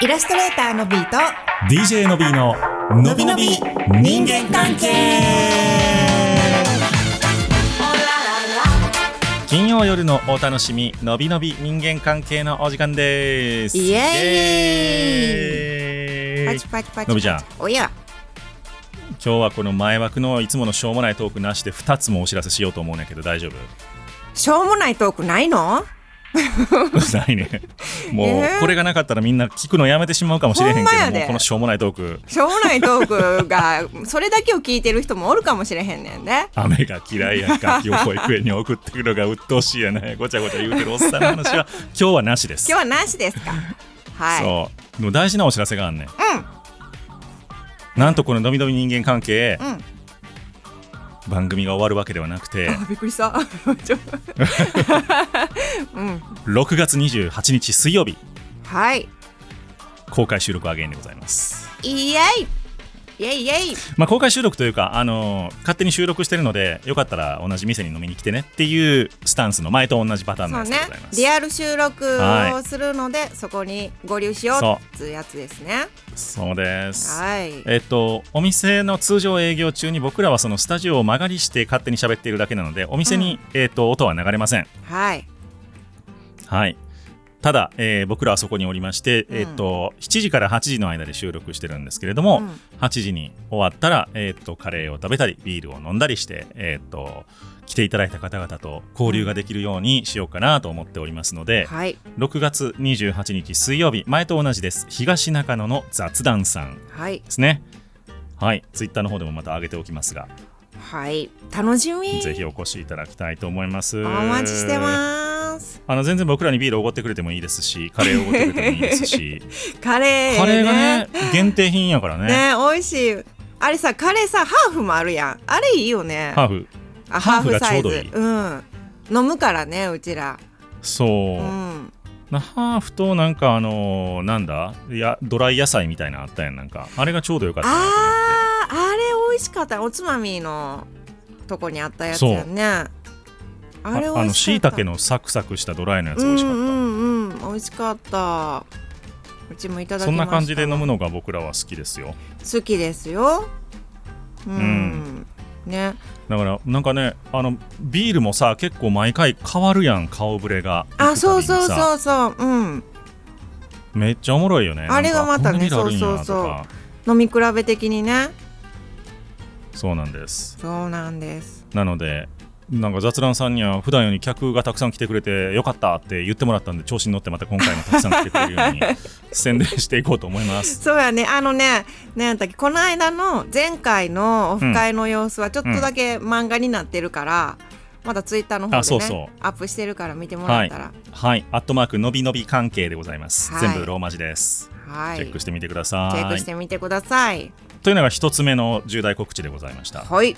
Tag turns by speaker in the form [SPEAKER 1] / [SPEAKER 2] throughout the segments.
[SPEAKER 1] イラストレーターのビーと
[SPEAKER 2] DJ のびーののびのび人間関係金曜夜のお楽しみのびのび人間関係のお時間です
[SPEAKER 1] イエーイ
[SPEAKER 2] イエー
[SPEAKER 1] パ
[SPEAKER 2] イ
[SPEAKER 1] チパチパチ
[SPEAKER 2] のびちゃん
[SPEAKER 1] おや
[SPEAKER 2] 今日はこの前枠のいつものしょうもないトークなしで2つもお知らせしようと思うんやけど 大丈夫
[SPEAKER 1] しょうもないトークないの
[SPEAKER 2] ないねもう、
[SPEAKER 1] えー
[SPEAKER 2] これがなかったらみんな聞くのやめてしまうかもしれへん
[SPEAKER 1] ほ
[SPEAKER 2] け
[SPEAKER 1] んまや
[SPEAKER 2] ど
[SPEAKER 1] で
[SPEAKER 2] もうこのしょうもないトーク
[SPEAKER 1] しょうもないトーク がそれだけを聞いてる人もおるかもしれへんねんね
[SPEAKER 2] 雨が嫌いやんか、今日保育園に送ってくるのが鬱陶しいやな、ごちゃごちゃ言うてるおっさんの話は、今日はなしです。
[SPEAKER 1] 今日はなしですかはい
[SPEAKER 2] そう。でも大事なお知らせがあんねん。なんとこのドミドミ人間関係、
[SPEAKER 1] うん
[SPEAKER 2] 番組が終わるわけではなくて、
[SPEAKER 1] あびっくりした ちょうん
[SPEAKER 2] 6月28日水曜日、
[SPEAKER 1] はい
[SPEAKER 2] 公開収録アゲインでございます。
[SPEAKER 1] イエイイエイイエイ
[SPEAKER 2] まあ、公開収録というか、あのー勝手に収録してるので、よかったら同じ店に飲みに来てねっていうスタンスの前と同じパターンの
[SPEAKER 1] そうね
[SPEAKER 2] やつでございます。
[SPEAKER 1] リアル収録
[SPEAKER 2] は
[SPEAKER 1] をするので、そこに合流しよ
[SPEAKER 2] そう
[SPEAKER 1] うっていうやつですね
[SPEAKER 2] そうです。
[SPEAKER 1] はい
[SPEAKER 2] えっと、お店の通常営業中に僕らはそのスタジオを間借りして勝手に喋っているだけなのでお店に、えっと、音は流れません、
[SPEAKER 1] はい
[SPEAKER 2] はい、ただ、えー僕らはそこにおりまして、
[SPEAKER 1] うん
[SPEAKER 2] えっと、7時から8時の間で収録してるんですけれども、
[SPEAKER 1] うん
[SPEAKER 2] 8時に終わったら、えっと、カレーを食べたりビールを飲んだりして、えっと、来ていただいた方々と交流ができるようにしようかなと思っておりますので、
[SPEAKER 1] はい
[SPEAKER 2] 6月28日水曜日前と同じです東中野の雑談さん
[SPEAKER 1] はい
[SPEAKER 2] ですね。はい、ツイッターの方でもまた上げておきますが、
[SPEAKER 1] はい楽しみ
[SPEAKER 2] ぜひお越しいただきたいと思います。
[SPEAKER 1] お待ちしてます
[SPEAKER 2] あの全然僕らにビールおごってくれてもいいですし、カレーおごってくれてもいいで すし、
[SPEAKER 1] カレー、ね、
[SPEAKER 2] カレーがね限定品やからね。
[SPEAKER 1] ね美味しいあれさカレーさハーフもあるやんあれいいよね
[SPEAKER 2] ハーフ、
[SPEAKER 1] あ
[SPEAKER 2] ハーフがちょうどいい
[SPEAKER 1] ハーフサイズうん飲むからねうちら
[SPEAKER 2] そう、
[SPEAKER 1] うん
[SPEAKER 2] なハーフとなんかあのーなんだいやドライ野菜みたいなのあったやんなんかあれがちょうどよかったな。
[SPEAKER 1] あーあれ美味しかったおつまみのとこにあったやつやんねあ
[SPEAKER 2] あ
[SPEAKER 1] れ美味しかった
[SPEAKER 2] あの椎茸のサクサクしたドライのやつ美味しかった。
[SPEAKER 1] うんうんうん美味しかったうちもいただき
[SPEAKER 2] そ
[SPEAKER 1] ま
[SPEAKER 2] ん
[SPEAKER 1] した
[SPEAKER 2] な感じで飲むのが僕らは好きですよ。
[SPEAKER 1] 好きですようん、ね
[SPEAKER 2] だからなんかねあのビールもさ結構毎回変わるやん顔ぶれが
[SPEAKER 1] あそうそう
[SPEAKER 2] う
[SPEAKER 1] そうそううん
[SPEAKER 2] めっちゃおもろいよね
[SPEAKER 1] あれがまたね
[SPEAKER 2] なんかこんなビールあるんや
[SPEAKER 1] そうそうそう
[SPEAKER 2] とか
[SPEAKER 1] 飲み比べ的にね
[SPEAKER 2] そうなんです
[SPEAKER 1] そうなんです
[SPEAKER 2] なのでなんか雑談さんには普段より客がたくさん来てくれてよかったって言ってもらったんで調子に乗ってまた今回もたくさん来てくれる ように宣伝していこうと思います
[SPEAKER 1] そうやねあのね何やったっけこの間の前回のオフ会の様子はちょっとだけ漫画になってるから、まだツイッターの方でね
[SPEAKER 2] あそうそう
[SPEAKER 1] アップしてるから見てもらったら
[SPEAKER 2] はいアットマークのびのび関係でございます、
[SPEAKER 1] はい
[SPEAKER 2] 全部ローマ字です
[SPEAKER 1] はい
[SPEAKER 2] チェックしてみてくださ
[SPEAKER 1] チェッ
[SPEAKER 2] い
[SPEAKER 1] クしてみてください
[SPEAKER 2] というのが一つ目の重大告知でございました
[SPEAKER 1] はい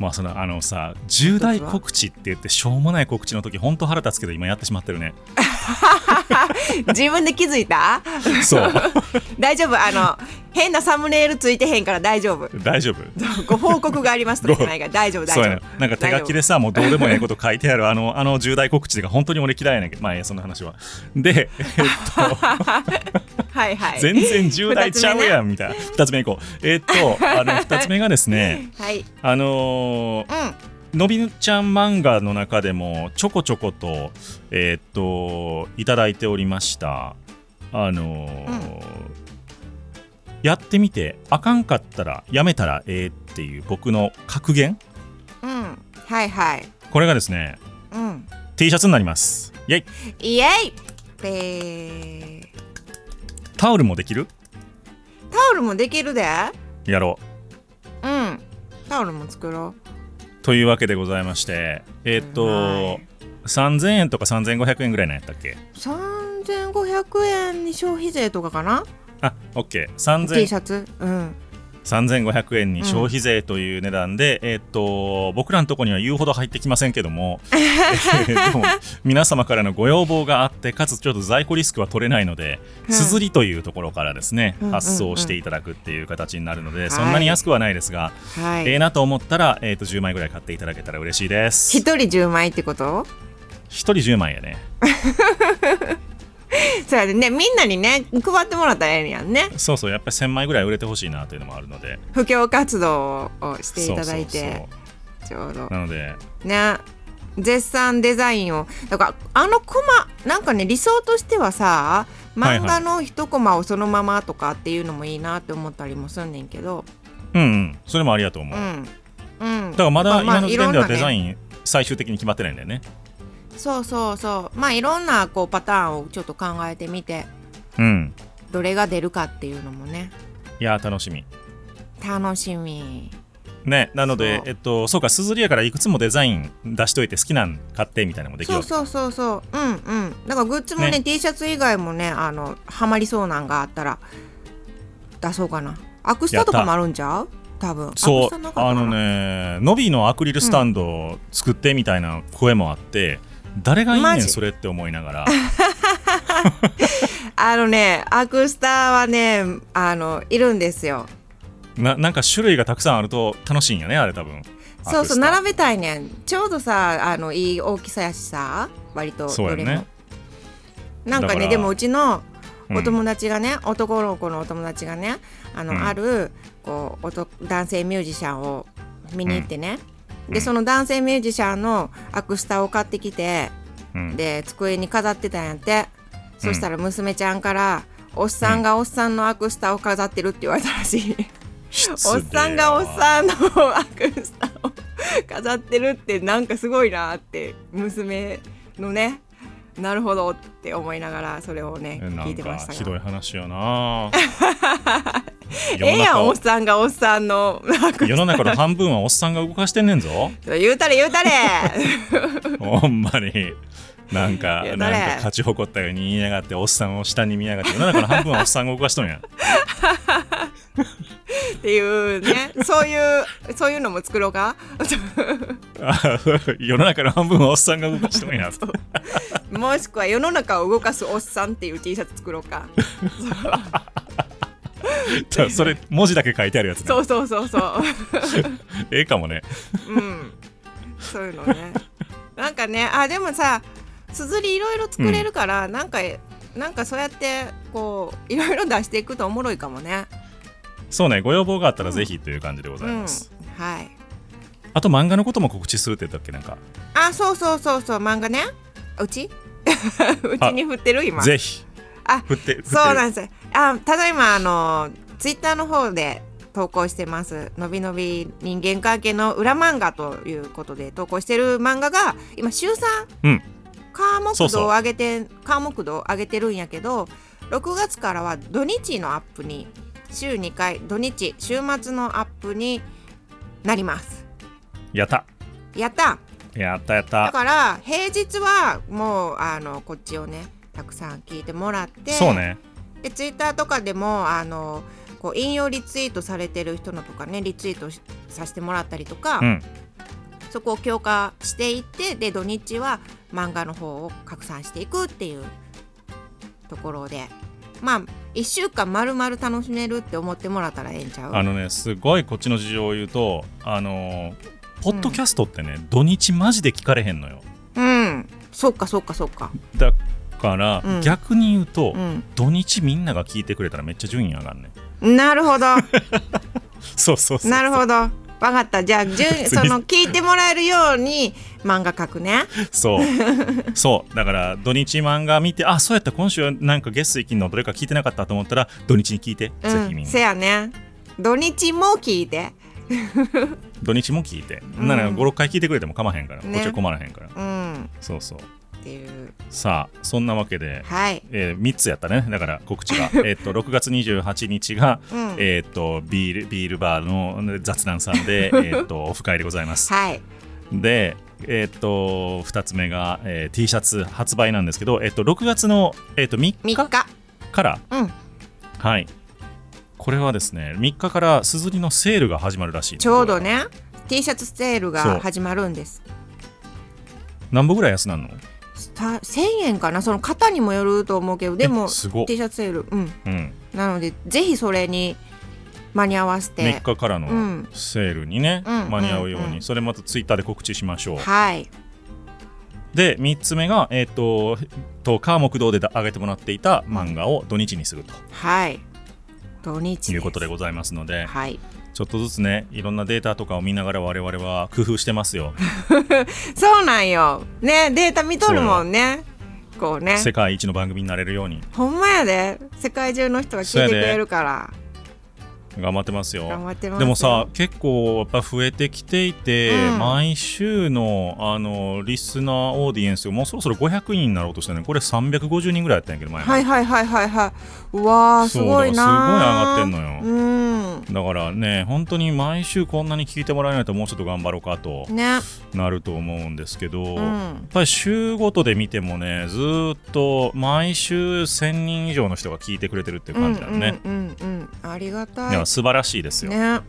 [SPEAKER 2] まあそのあのさ重大告知って言ってしょうもない告知の時本当腹立つけど今やってしまってるね
[SPEAKER 1] 自分で気づいた
[SPEAKER 2] そう
[SPEAKER 1] 大丈夫あの変なサムネイルついてへんから大丈夫
[SPEAKER 2] 大丈夫
[SPEAKER 1] ご報告がありますとかじゃないから大丈夫大丈
[SPEAKER 2] そう
[SPEAKER 1] 夫
[SPEAKER 2] やねなんか手書きでさもうどうでもええこと書いてあるあのあの重大告知が本当に俺嫌いやねんけどまあええその話はで、えっ
[SPEAKER 1] 大丈夫 はいはい
[SPEAKER 2] と、全然重大ちゃうやんみたいな2つ目いこうえっとあの2つ目が ですね
[SPEAKER 1] はいうん
[SPEAKER 2] あのーのびぬちゃん漫画の中でもちょこちょことえーっといただいておりましたあのーやってみてあかんかったらやめたらええっていう僕の格言
[SPEAKER 1] うんはいはい
[SPEAKER 2] これがですね
[SPEAKER 1] うん
[SPEAKER 2] T シャツになりますイェイ
[SPEAKER 1] イエイペー
[SPEAKER 2] タオルもできる
[SPEAKER 1] タオルもできるで
[SPEAKER 2] やろ
[SPEAKER 1] うんタオルも作ろう
[SPEAKER 2] うというわけでございましてえーっ
[SPEAKER 1] は
[SPEAKER 2] と
[SPEAKER 1] い
[SPEAKER 2] 3000円とか3500円ぐらいなんやったっけ
[SPEAKER 1] 3500円に消費税とかかな
[SPEAKER 2] あオッケー
[SPEAKER 1] T
[SPEAKER 2] 3000
[SPEAKER 1] シャツうん
[SPEAKER 2] 3500円に消費税という値段で、えーっと僕らのとこには言うほど入ってきませんけ どもえーでも皆様からのご要望があってかつちょっと在庫リスクは取れないので
[SPEAKER 1] うん
[SPEAKER 2] すずりというところからですね、
[SPEAKER 1] うんうんうん
[SPEAKER 2] 発送していただくっていう形になるので、
[SPEAKER 1] い
[SPEAKER 2] そんなに安くはないですが、
[SPEAKER 1] は
[SPEAKER 2] ええ
[SPEAKER 1] い
[SPEAKER 2] なと思ったら、えーっと10枚ぐらい買っていただけたら嬉しいです
[SPEAKER 1] 一人10枚ってこと
[SPEAKER 2] 一人10枚やね
[SPEAKER 1] そうやでねみんなにね配ってもらったらええんやんね
[SPEAKER 2] そうそうやっぱり1000枚ぐらい売れてほしいなというのもあるので
[SPEAKER 1] 布教活動をしていただいて
[SPEAKER 2] そうそう
[SPEAKER 1] ちょうど
[SPEAKER 2] そうなので
[SPEAKER 1] ね絶賛デザインをだからあのコマなんかね理想としてはさ
[SPEAKER 2] はい
[SPEAKER 1] 漫画の一コマをそのままとかっていうのもいいなって思ったりもすんねんけど、
[SPEAKER 2] うんうんそれもありがとう思う、だ
[SPEAKER 1] うん、うん、だ
[SPEAKER 2] からまだ今の時点ではデザ
[SPEAKER 1] ン、
[SPEAKER 2] イン最終的に決まってないんだよね
[SPEAKER 1] そうそうそうまあいろんなこうパターンをちょっと考えてみて
[SPEAKER 2] うん
[SPEAKER 1] どれが出るかっていうのもね
[SPEAKER 2] いやー楽しみ
[SPEAKER 1] 楽しみ
[SPEAKER 2] ねなので
[SPEAKER 1] そう
[SPEAKER 2] えっとそうかすずりやからいくつもデザイン出しといて好きなん買ってみたいなのもできる
[SPEAKER 1] そう
[SPEAKER 2] わけ
[SPEAKER 1] そうそうそううんうんだからグッズもね
[SPEAKER 2] ね
[SPEAKER 1] T シャツ以外もねあのハマりそうなんがあったら出そうかなアクスタとかもあるんちゃう多分
[SPEAKER 2] そ
[SPEAKER 1] アクスタ
[SPEAKER 2] う
[SPEAKER 1] なかったかな
[SPEAKER 2] あのねノビーのアクリルスタンドを作ってみたいな声もあって、誰がいいね
[SPEAKER 1] マ
[SPEAKER 2] ん
[SPEAKER 1] ジ
[SPEAKER 2] それって思いながら
[SPEAKER 1] あのねアクスタはねあのいるんですよ
[SPEAKER 2] ななんか種類がたくさんあると楽しいんやねあれ多分
[SPEAKER 1] そうそう
[SPEAKER 2] 並
[SPEAKER 1] 並べたいねんちょうどさあのいい大きさやしさ割と
[SPEAKER 2] そ
[SPEAKER 1] ど
[SPEAKER 2] うや
[SPEAKER 1] れ
[SPEAKER 2] ね
[SPEAKER 1] も、なんか
[SPEAKER 2] だか
[SPEAKER 1] ね
[SPEAKER 2] ら
[SPEAKER 1] でもうちの
[SPEAKER 2] うん
[SPEAKER 1] お友達がね、男の子のお友達がねあの、
[SPEAKER 2] うん
[SPEAKER 1] あるこうおと男性ミュージシャンを見に行ってね、
[SPEAKER 2] うんう
[SPEAKER 1] で
[SPEAKER 2] ん
[SPEAKER 1] その男性ミュージシャンのアクスタを買ってきて
[SPEAKER 2] うん、
[SPEAKER 1] で机に飾ってたんやってそしたら娘ちゃんから「おっさんがおっさんのアクスタを飾ってる」って言われたらしい。おっさんがおっ
[SPEAKER 2] ん
[SPEAKER 1] さんのアクスタを飾ってるってなんかすごいなって娘のねなるほどって思いながらそれをね
[SPEAKER 2] な
[SPEAKER 1] 聞い
[SPEAKER 2] ん
[SPEAKER 1] てま
[SPEAKER 2] か
[SPEAKER 1] した
[SPEAKER 2] ひ
[SPEAKER 1] が
[SPEAKER 2] どい話 やな世
[SPEAKER 1] ええ
[SPEAKER 2] の
[SPEAKER 1] や
[SPEAKER 2] 中
[SPEAKER 1] んお
[SPEAKER 2] を
[SPEAKER 1] っさんがおっさんの アク
[SPEAKER 2] 世の中の半分はおっさんが動かしてんねん ぞ
[SPEAKER 1] 言うたれ言うたれ
[SPEAKER 2] ほんまになんか
[SPEAKER 1] いや
[SPEAKER 2] なん
[SPEAKER 1] 誰
[SPEAKER 2] か勝ち誇ったように言いやがっておっさんを下に見やがって世の中の半分はおっさんが動かしとんや
[SPEAKER 1] っていうねそういうそういうのも作ろうか
[SPEAKER 2] あ世の中の半分はおっさんが動かしとんや
[SPEAKER 1] もしくは世の中を動かすおっさんっていう T シャツ作ろうか
[SPEAKER 2] それ文字だけ書いてあるやつな
[SPEAKER 1] そうそうそうそう
[SPEAKER 2] ええかもね
[SPEAKER 1] うん、そういうの ね。なんかね、あ、でもさ、すずりいろいろ作れるから、なんか、なんかそうやって、こう、いろいろ出していくとおもろいかもね。
[SPEAKER 2] そうねご要望があったらぜひという感じでご
[SPEAKER 1] う
[SPEAKER 2] ざい
[SPEAKER 1] ん、
[SPEAKER 2] ます、
[SPEAKER 1] はい。
[SPEAKER 2] あと漫画のことも告知するって言ったっけなんか
[SPEAKER 1] あ、そうそうそうそう、漫画ね。うち。 うちに振ってる、今。
[SPEAKER 2] ぜひ
[SPEAKER 1] あ
[SPEAKER 2] 振って振って
[SPEAKER 1] そうなんですよ。あ、ただいま、あの、ツイッターの方で。投稿してますのびのび人間関係の裏漫画ということで投稿してる漫画が今週3
[SPEAKER 2] うん
[SPEAKER 1] カーモ
[SPEAKER 2] そう
[SPEAKER 1] ク
[SPEAKER 2] そう
[SPEAKER 1] ドを上げてカーモクドを上げてるんやけど6月からは土日のアップに週2回土日週末のアップになります
[SPEAKER 2] やった
[SPEAKER 1] やった
[SPEAKER 2] やったや
[SPEAKER 1] だ
[SPEAKER 2] った
[SPEAKER 1] から平日はもうあのこっちをねたくさん聞いてもらって
[SPEAKER 2] そうね
[SPEAKER 1] でツイッターとかでもあのこう引用リツイートされてる人のとかねリツイートしさせてもらったりとか、
[SPEAKER 2] うん
[SPEAKER 1] そこを強化していってで土日は漫画の方を拡散していくっていうところでまあ1週間まるまる楽しめるって思ってもらったらええんちゃ
[SPEAKER 2] あ
[SPEAKER 1] う
[SPEAKER 2] のねすごいこっちの事情を言うとあのーポッドキャストってね、土日マジで聞かれへんのよ
[SPEAKER 1] うんそっかそっかそっか
[SPEAKER 2] だから、
[SPEAKER 1] うん
[SPEAKER 2] 逆に言うと、
[SPEAKER 1] う
[SPEAKER 2] 土日みんなが聞いてくれたらめっちゃ順位上がるね
[SPEAKER 1] んなるほ ど
[SPEAKER 2] そうそうそう
[SPEAKER 1] なるほどわかったじゃあ 順
[SPEAKER 2] 別
[SPEAKER 1] そ
[SPEAKER 2] に
[SPEAKER 1] の聞いてもらえるように漫画描く ね
[SPEAKER 2] そうそうだから土日漫画見てあそうやった今週なんか月水金のどれか聞いてなかったと思ったら土日に聞いて、
[SPEAKER 1] う
[SPEAKER 2] ぜひみ
[SPEAKER 1] ん
[SPEAKER 2] んな
[SPEAKER 1] せやね土日も聞いて
[SPEAKER 2] 土日も聞いて、
[SPEAKER 1] うん
[SPEAKER 2] なら56回聞いてくれても構まへんから、
[SPEAKER 1] ね
[SPEAKER 2] こっちは困らへんから
[SPEAKER 1] うん
[SPEAKER 2] そうそう
[SPEAKER 1] っていう
[SPEAKER 2] さあそんなわけで、
[SPEAKER 1] はい
[SPEAKER 2] え3つやったねだから 告知がえっと6月28日が
[SPEAKER 1] うん
[SPEAKER 2] えっとビールビールバーの雑談さ んでえっとオフ会でございます
[SPEAKER 1] はい
[SPEAKER 2] で、えー、と2つ目が、えー T シャツ発売なんですけど、えー、と6月の、えー、と3
[SPEAKER 1] 3
[SPEAKER 2] 日
[SPEAKER 1] 日
[SPEAKER 2] から、
[SPEAKER 1] うん
[SPEAKER 2] はい、これはですね3日からすずりのセールが始まるらしい
[SPEAKER 1] ちょうどね T シャツセール
[SPEAKER 2] そう
[SPEAKER 1] が始まるんです
[SPEAKER 2] 何本ぐらい安なんの
[SPEAKER 1] た1000円かなその型にもよると思うけどでも
[SPEAKER 2] えすごっ
[SPEAKER 1] T シャツセールうん
[SPEAKER 2] うん、
[SPEAKER 1] なのでぜひそれに間に合わせ
[SPEAKER 2] 3
[SPEAKER 1] て
[SPEAKER 2] 日から
[SPEAKER 1] う
[SPEAKER 2] の
[SPEAKER 1] ん
[SPEAKER 2] セールにね、
[SPEAKER 1] うん
[SPEAKER 2] 間に合うように、
[SPEAKER 1] うんうん
[SPEAKER 2] それまたツイッターで告知しましょう、
[SPEAKER 1] はい
[SPEAKER 2] で3つ目が、えー、とと科目堂で上げてもらっていた漫画を土日にすると
[SPEAKER 1] はい土日
[SPEAKER 2] いうことでご
[SPEAKER 1] ざい
[SPEAKER 2] ざいますので、
[SPEAKER 1] はい
[SPEAKER 2] ちょっとずつねいろんなデータとかを見ながら我々は工夫してますよ、
[SPEAKER 1] そうなんよねデータ見とるもんねこうね
[SPEAKER 2] 世界一の番組になれるように
[SPEAKER 1] ほんまやで世界中の人が聞いてくれるから
[SPEAKER 2] 頑張ってますよ。
[SPEAKER 1] 頑張ってます
[SPEAKER 2] でもさ結構やっぱ増えてきていて、
[SPEAKER 1] うん
[SPEAKER 2] 毎週のあのリスナーオーディエンスがもうそろそろ500人になろうとしてるねこれ350人ぐらいやったんやけど前まで
[SPEAKER 1] はいはいはいはいはいうわーす
[SPEAKER 2] そう
[SPEAKER 1] ごいなー
[SPEAKER 2] だからすごい上がってん
[SPEAKER 1] の
[SPEAKER 2] だからね本当に毎週こんなに聞いてもらえないともうちょっと頑張ろうかと
[SPEAKER 1] うんね
[SPEAKER 2] なると思うんですけど、
[SPEAKER 1] う
[SPEAKER 2] やっ
[SPEAKER 1] ん
[SPEAKER 2] ぱり週ごとで見てもねずーっと毎週1000人以上の人が聞いてくれてるっていう感じだよね、
[SPEAKER 1] うんうんうんうんありがたい
[SPEAKER 2] いや素晴らしいですよ、
[SPEAKER 1] ね、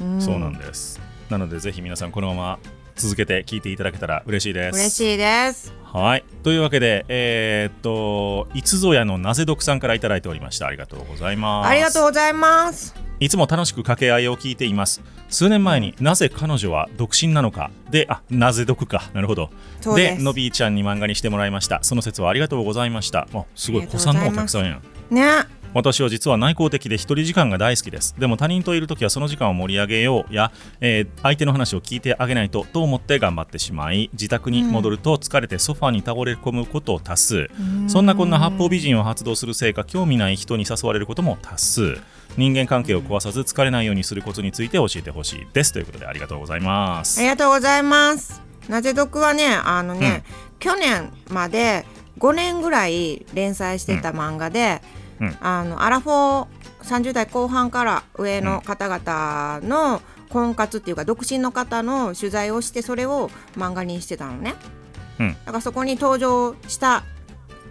[SPEAKER 1] うん
[SPEAKER 2] そうなんですなのでぜひ皆さんこのまま続けて聞いていただけたら嬉しいです
[SPEAKER 1] 嬉しいです
[SPEAKER 2] はい。というわけで、えーっと、いつぞやのなぜ読さんからいただいておりました。ありがとうございます。
[SPEAKER 1] ありがとうございます
[SPEAKER 2] いつも楽しく掛け合いを聞いています。数年前になぜ彼女は独身なのか、で、あ、なぜ読か、なるほど。
[SPEAKER 1] そうです
[SPEAKER 2] のびーちゃんに漫画にしてもらいました。その説はありがとうございました。あ、すごい、
[SPEAKER 1] ありが
[SPEAKER 2] 子
[SPEAKER 1] とうご
[SPEAKER 2] さ
[SPEAKER 1] ざい
[SPEAKER 2] ん
[SPEAKER 1] ます
[SPEAKER 2] のお客さんやん。
[SPEAKER 1] ね
[SPEAKER 2] 私は実は内向的で一人時間が大好きです。でも他人といるときはその時間を盛り上げようや、えー相手の話を聞いてあげないとと思って頑張ってしまい、自宅に戻ると疲れてソファに倒れ込むことを多数。そんなこんな八方美人を発動するせいか興味ない人に誘われることも多数。人間関係を壊さず疲れないようにすることについて教えてほしいです。ということでありがとうございま
[SPEAKER 1] あ
[SPEAKER 2] す。
[SPEAKER 1] りがとうございますなぜ読はねあのね、去年まで5年ぐらい連載してた漫画で、
[SPEAKER 2] うん
[SPEAKER 1] あのアラフォー30代後半から上の方々の婚活っていうか独身の方の取材をしてそれを漫画にしてたのね、
[SPEAKER 2] うん
[SPEAKER 1] だからそこに登場した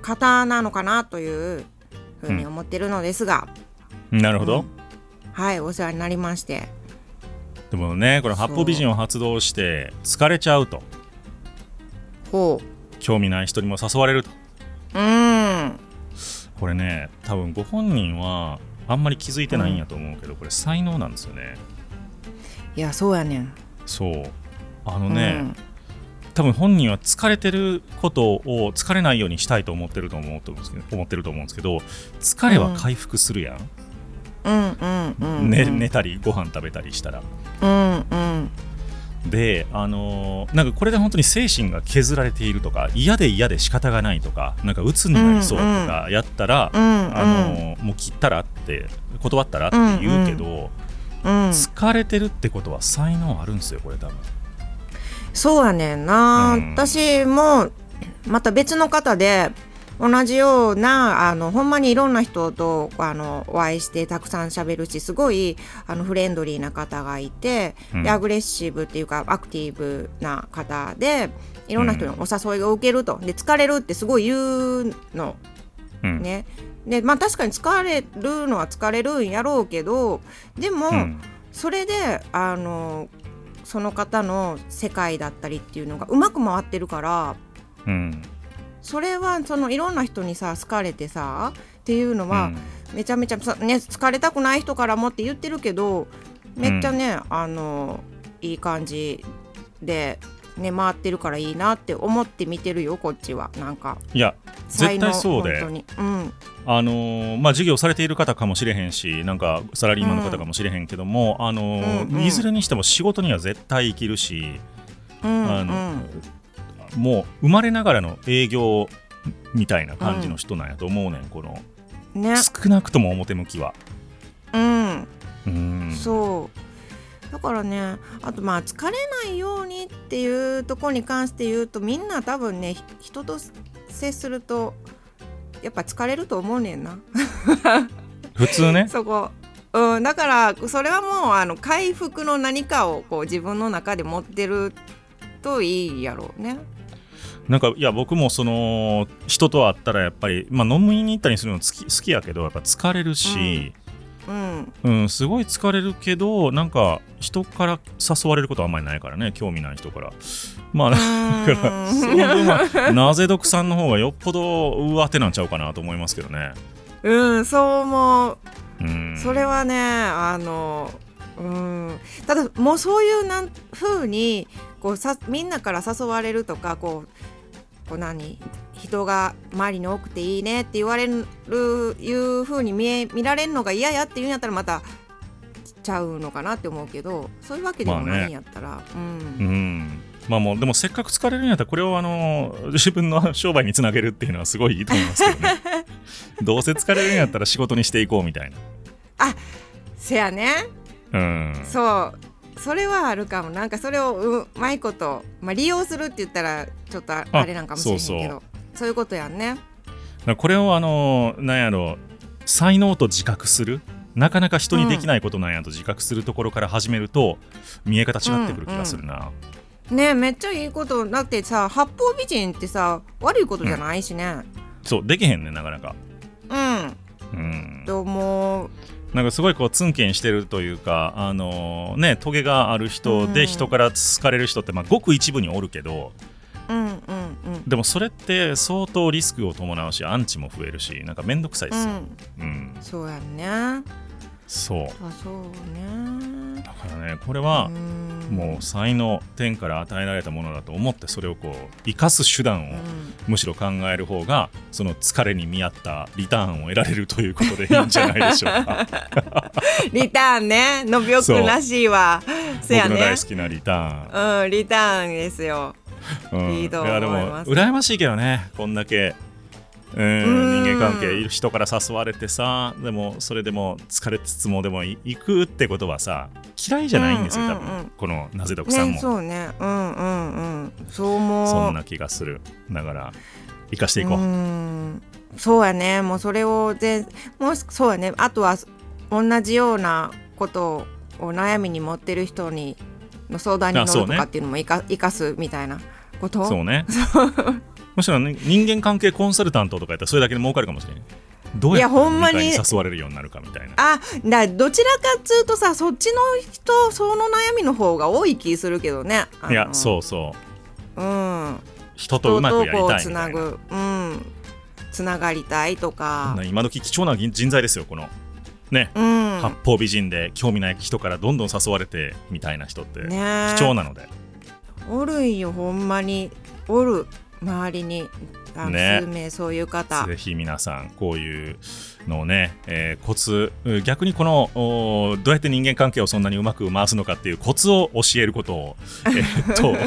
[SPEAKER 1] 方なのかなというふうに思ってるのですが、
[SPEAKER 2] なるほど。
[SPEAKER 1] はいお世話になりまして
[SPEAKER 2] でもね、この八方美人を発動して疲れちゃうと、
[SPEAKER 1] ほ
[SPEAKER 2] 興味ない人にも誘われると。
[SPEAKER 1] ううん
[SPEAKER 2] これね多分ご本人はあんまり気づいてないんやと思うけど、これ才能なんですよね
[SPEAKER 1] いやそうやねん
[SPEAKER 2] そうあのね、多分本人は疲れてることを疲れないようにしたいと思ってると思うと思うんですけど思ってると思うんですけど疲れは回復するやん、
[SPEAKER 1] うんうんうんうん
[SPEAKER 2] ね、寝たりご飯食べたりしたら
[SPEAKER 1] うんうん
[SPEAKER 2] であのーなんかこれで本当に精神が削られているとか嫌で嫌で仕方がないとかなんか鬱になりそうだとかやったら、
[SPEAKER 1] うん
[SPEAKER 2] あのーもう切ったらって断ったらって言うけど、
[SPEAKER 1] うん
[SPEAKER 2] 疲れてるってことは才能あるんですよこれ多分
[SPEAKER 1] そうやねんな、
[SPEAKER 2] うん
[SPEAKER 1] 私もまた別の方で同じようなあのほんまにいろんな人とあのお会いしてたくさん喋るしすごいあのフレンドリーな方がいて、
[SPEAKER 2] うん
[SPEAKER 1] でアグレッシブっていうかアクティブな方でいろんな人にお誘いが受けると、で疲れるってすごい言うの
[SPEAKER 2] うん
[SPEAKER 1] ね。でまあ確かに疲れるのは疲れるんやろうけどでも、
[SPEAKER 2] うん
[SPEAKER 1] それであのその方の世界だったりっていうのがうまく回ってるから
[SPEAKER 2] うん
[SPEAKER 1] それはそのいろんな人にさ好かれてさっていうのは、めちゃめちゃさ、ね、疲れたくない人からもって言ってるけどめっちゃね、あのいい感じで、ね、回ってるからいいなって思って見てるよこっちはなんか
[SPEAKER 2] いや
[SPEAKER 1] 才
[SPEAKER 2] 絶
[SPEAKER 1] 能
[SPEAKER 2] 対そうで
[SPEAKER 1] 本当に、うん、
[SPEAKER 2] あのーまあ授業されている方かもしれへんしなんかサラリーマンの方かもしれへんけども、あのー
[SPEAKER 1] うんうん
[SPEAKER 2] いずれにしても仕事には絶対生きるし、
[SPEAKER 1] うん
[SPEAKER 2] あ
[SPEAKER 1] うん
[SPEAKER 2] のもう生まれながらの営業みたいな感じの人なんやと思うねんこの
[SPEAKER 1] ね、
[SPEAKER 2] 少なくとも表向きは。
[SPEAKER 1] うん、
[SPEAKER 2] うん
[SPEAKER 1] そうだからねあとまあ疲れないようにっていうところに関して言うとみんな多分ねひ人と接するとやっぱ疲れると思うねんな
[SPEAKER 2] 普通ね
[SPEAKER 1] そこ。うん、だからそれはもうあの回復の何かをこう自分の中で持ってるといいやろうね。
[SPEAKER 2] なんかいや僕もその人と会ったらやっぱり、まあ、飲みに行ったりするの好き好きやけどやっぱ疲れるし。
[SPEAKER 1] うん、
[SPEAKER 2] うん、すごい疲れるけどなんか人から誘われることはあんまりないからね興味ない人からまあだから その分はなぜ読さんの方がよっぽど上手なんちゃうかなと思いますけどね
[SPEAKER 1] うん、そう思う
[SPEAKER 2] うん
[SPEAKER 1] それはねあのうんただもうそういうなん風にこうさみんなから誘われるとかこうこう何人が周りに多くていいねって言われるいう風に見え見られるのが嫌やって言うんやったらまたちゃうのかなって思うけどそういうわけでも
[SPEAKER 2] まあね
[SPEAKER 1] ないんやったら、うん
[SPEAKER 2] うんまあもうでもせっかく疲れるんやったらこれをあの自分の商売につなげるっていうのはすごいいいと思いますけどね どうせ疲れるんやったら仕事にしていこうみたい
[SPEAKER 1] せやね
[SPEAKER 2] なうん
[SPEAKER 1] そうそれはあるかもなんかそれをううまいこと、まあ、利用するって言ったらちょっとあ
[SPEAKER 2] あ
[SPEAKER 1] あれなんかもしれへんけど
[SPEAKER 2] そ
[SPEAKER 1] そうう
[SPEAKER 2] そう
[SPEAKER 1] いうことやんね
[SPEAKER 2] だからこれをあのなんやろ才能と自覚するなかなか人にできないことなんやと自覚するところから始めると見え方違ってくる気がするな、
[SPEAKER 1] ねめっちゃいいことだってさ八方美人ってさ悪いことじゃないしね
[SPEAKER 2] そうできへんねなかなか
[SPEAKER 1] うん、
[SPEAKER 2] うん
[SPEAKER 1] と思う
[SPEAKER 2] なんかすごいこうツンケンしてるというかあのねトゲがある人
[SPEAKER 1] う
[SPEAKER 2] で
[SPEAKER 1] ん
[SPEAKER 2] 人から好かれる人ってまあごく一部におるけど
[SPEAKER 1] うんうんうん
[SPEAKER 2] でもそれって相当リスクを伴うしアンチも増えるしなんかめんどくさいで
[SPEAKER 1] う
[SPEAKER 2] すよ、
[SPEAKER 1] ん
[SPEAKER 2] うん、
[SPEAKER 1] そうやんねあ
[SPEAKER 2] そう
[SPEAKER 1] そうね
[SPEAKER 2] だからねこれは
[SPEAKER 1] ん
[SPEAKER 2] もう才能天から与えられたものだと思ってそれをこう生かす手段を
[SPEAKER 1] うん
[SPEAKER 2] むしろ考える方がその疲れに見合ったリターンを得られるということでいいんじゃないでしょうか
[SPEAKER 1] リターンねのびおくんらしいわ せや
[SPEAKER 2] 僕の
[SPEAKER 1] ね
[SPEAKER 2] 大好きなリタ
[SPEAKER 1] うんリターンですよ
[SPEAKER 2] ーン、うん、
[SPEAKER 1] いいと思い
[SPEAKER 2] や
[SPEAKER 1] ます
[SPEAKER 2] でも羨ましいけどねこんだけうん
[SPEAKER 1] うん
[SPEAKER 2] 人間関係人から誘われてさでもそれでも疲れつつもでもい行くってことはさ嫌いじゃないんですよ、
[SPEAKER 1] うんうんう
[SPEAKER 2] 多
[SPEAKER 1] ん
[SPEAKER 2] 分このなぜ独さんも、
[SPEAKER 1] ねそうねうんうんうんそう思う
[SPEAKER 2] そんな気がするだから生かしていこう、
[SPEAKER 1] んそうやねもうそれを全もうそうやねあとは同じようなことを悩みに持ってる人にの相談に乗
[SPEAKER 2] あそう
[SPEAKER 1] ると
[SPEAKER 2] ね
[SPEAKER 1] かっていうのも生か,、生かすみたいなこと
[SPEAKER 2] そうね。むしろね人間関係コンサルタントとかやったらそれだけで儲かるかもしれない。どうやっ
[SPEAKER 1] いやほんま
[SPEAKER 2] て
[SPEAKER 1] に
[SPEAKER 2] 理科に誘われるようになるかみたいな。
[SPEAKER 1] あだどちらかっつうとさそっちの人その悩みの方が多い気するけどね
[SPEAKER 2] いや
[SPEAKER 1] う
[SPEAKER 2] そうそう
[SPEAKER 1] うん
[SPEAKER 2] 人とうまくやり
[SPEAKER 1] こ
[SPEAKER 2] た
[SPEAKER 1] う
[SPEAKER 2] い
[SPEAKER 1] つ
[SPEAKER 2] み
[SPEAKER 1] な
[SPEAKER 2] たいな。
[SPEAKER 1] ぐうんつながりたいと
[SPEAKER 2] こん
[SPEAKER 1] か
[SPEAKER 2] な今時貴重な人材ですよこのね、
[SPEAKER 1] うん
[SPEAKER 2] 八方美人で興味ない人からどんどん誘われてみたいな人って
[SPEAKER 1] ねえ
[SPEAKER 2] 貴重なので、
[SPEAKER 1] おるんよほんまにおる周りにあの
[SPEAKER 2] ね
[SPEAKER 1] 数名そういう方、
[SPEAKER 2] ぜひ皆さんこういうのをね、えーコツうん逆にこのおーどうやって人間関係をそんなにうまく回すのかっていうコツを教えることを、えーっ と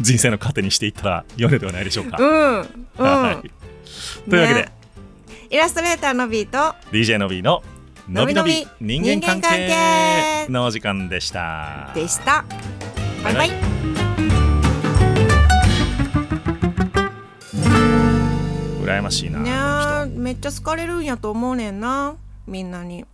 [SPEAKER 2] 人生の糧にしていったらよいのではないでしょうか。
[SPEAKER 1] うんうん、
[SPEAKER 2] はい。というわけで、
[SPEAKER 1] ねイラストレーターのビート
[SPEAKER 2] DJ のびののびのび人
[SPEAKER 1] のび人
[SPEAKER 2] 間関
[SPEAKER 1] 間関
[SPEAKER 2] 係
[SPEAKER 1] 係
[SPEAKER 2] のお時間でした。
[SPEAKER 1] でしたバイバイ
[SPEAKER 2] 羨ましいな。この人
[SPEAKER 1] ねえめっちゃ好かれるんやと思うねんなみんなに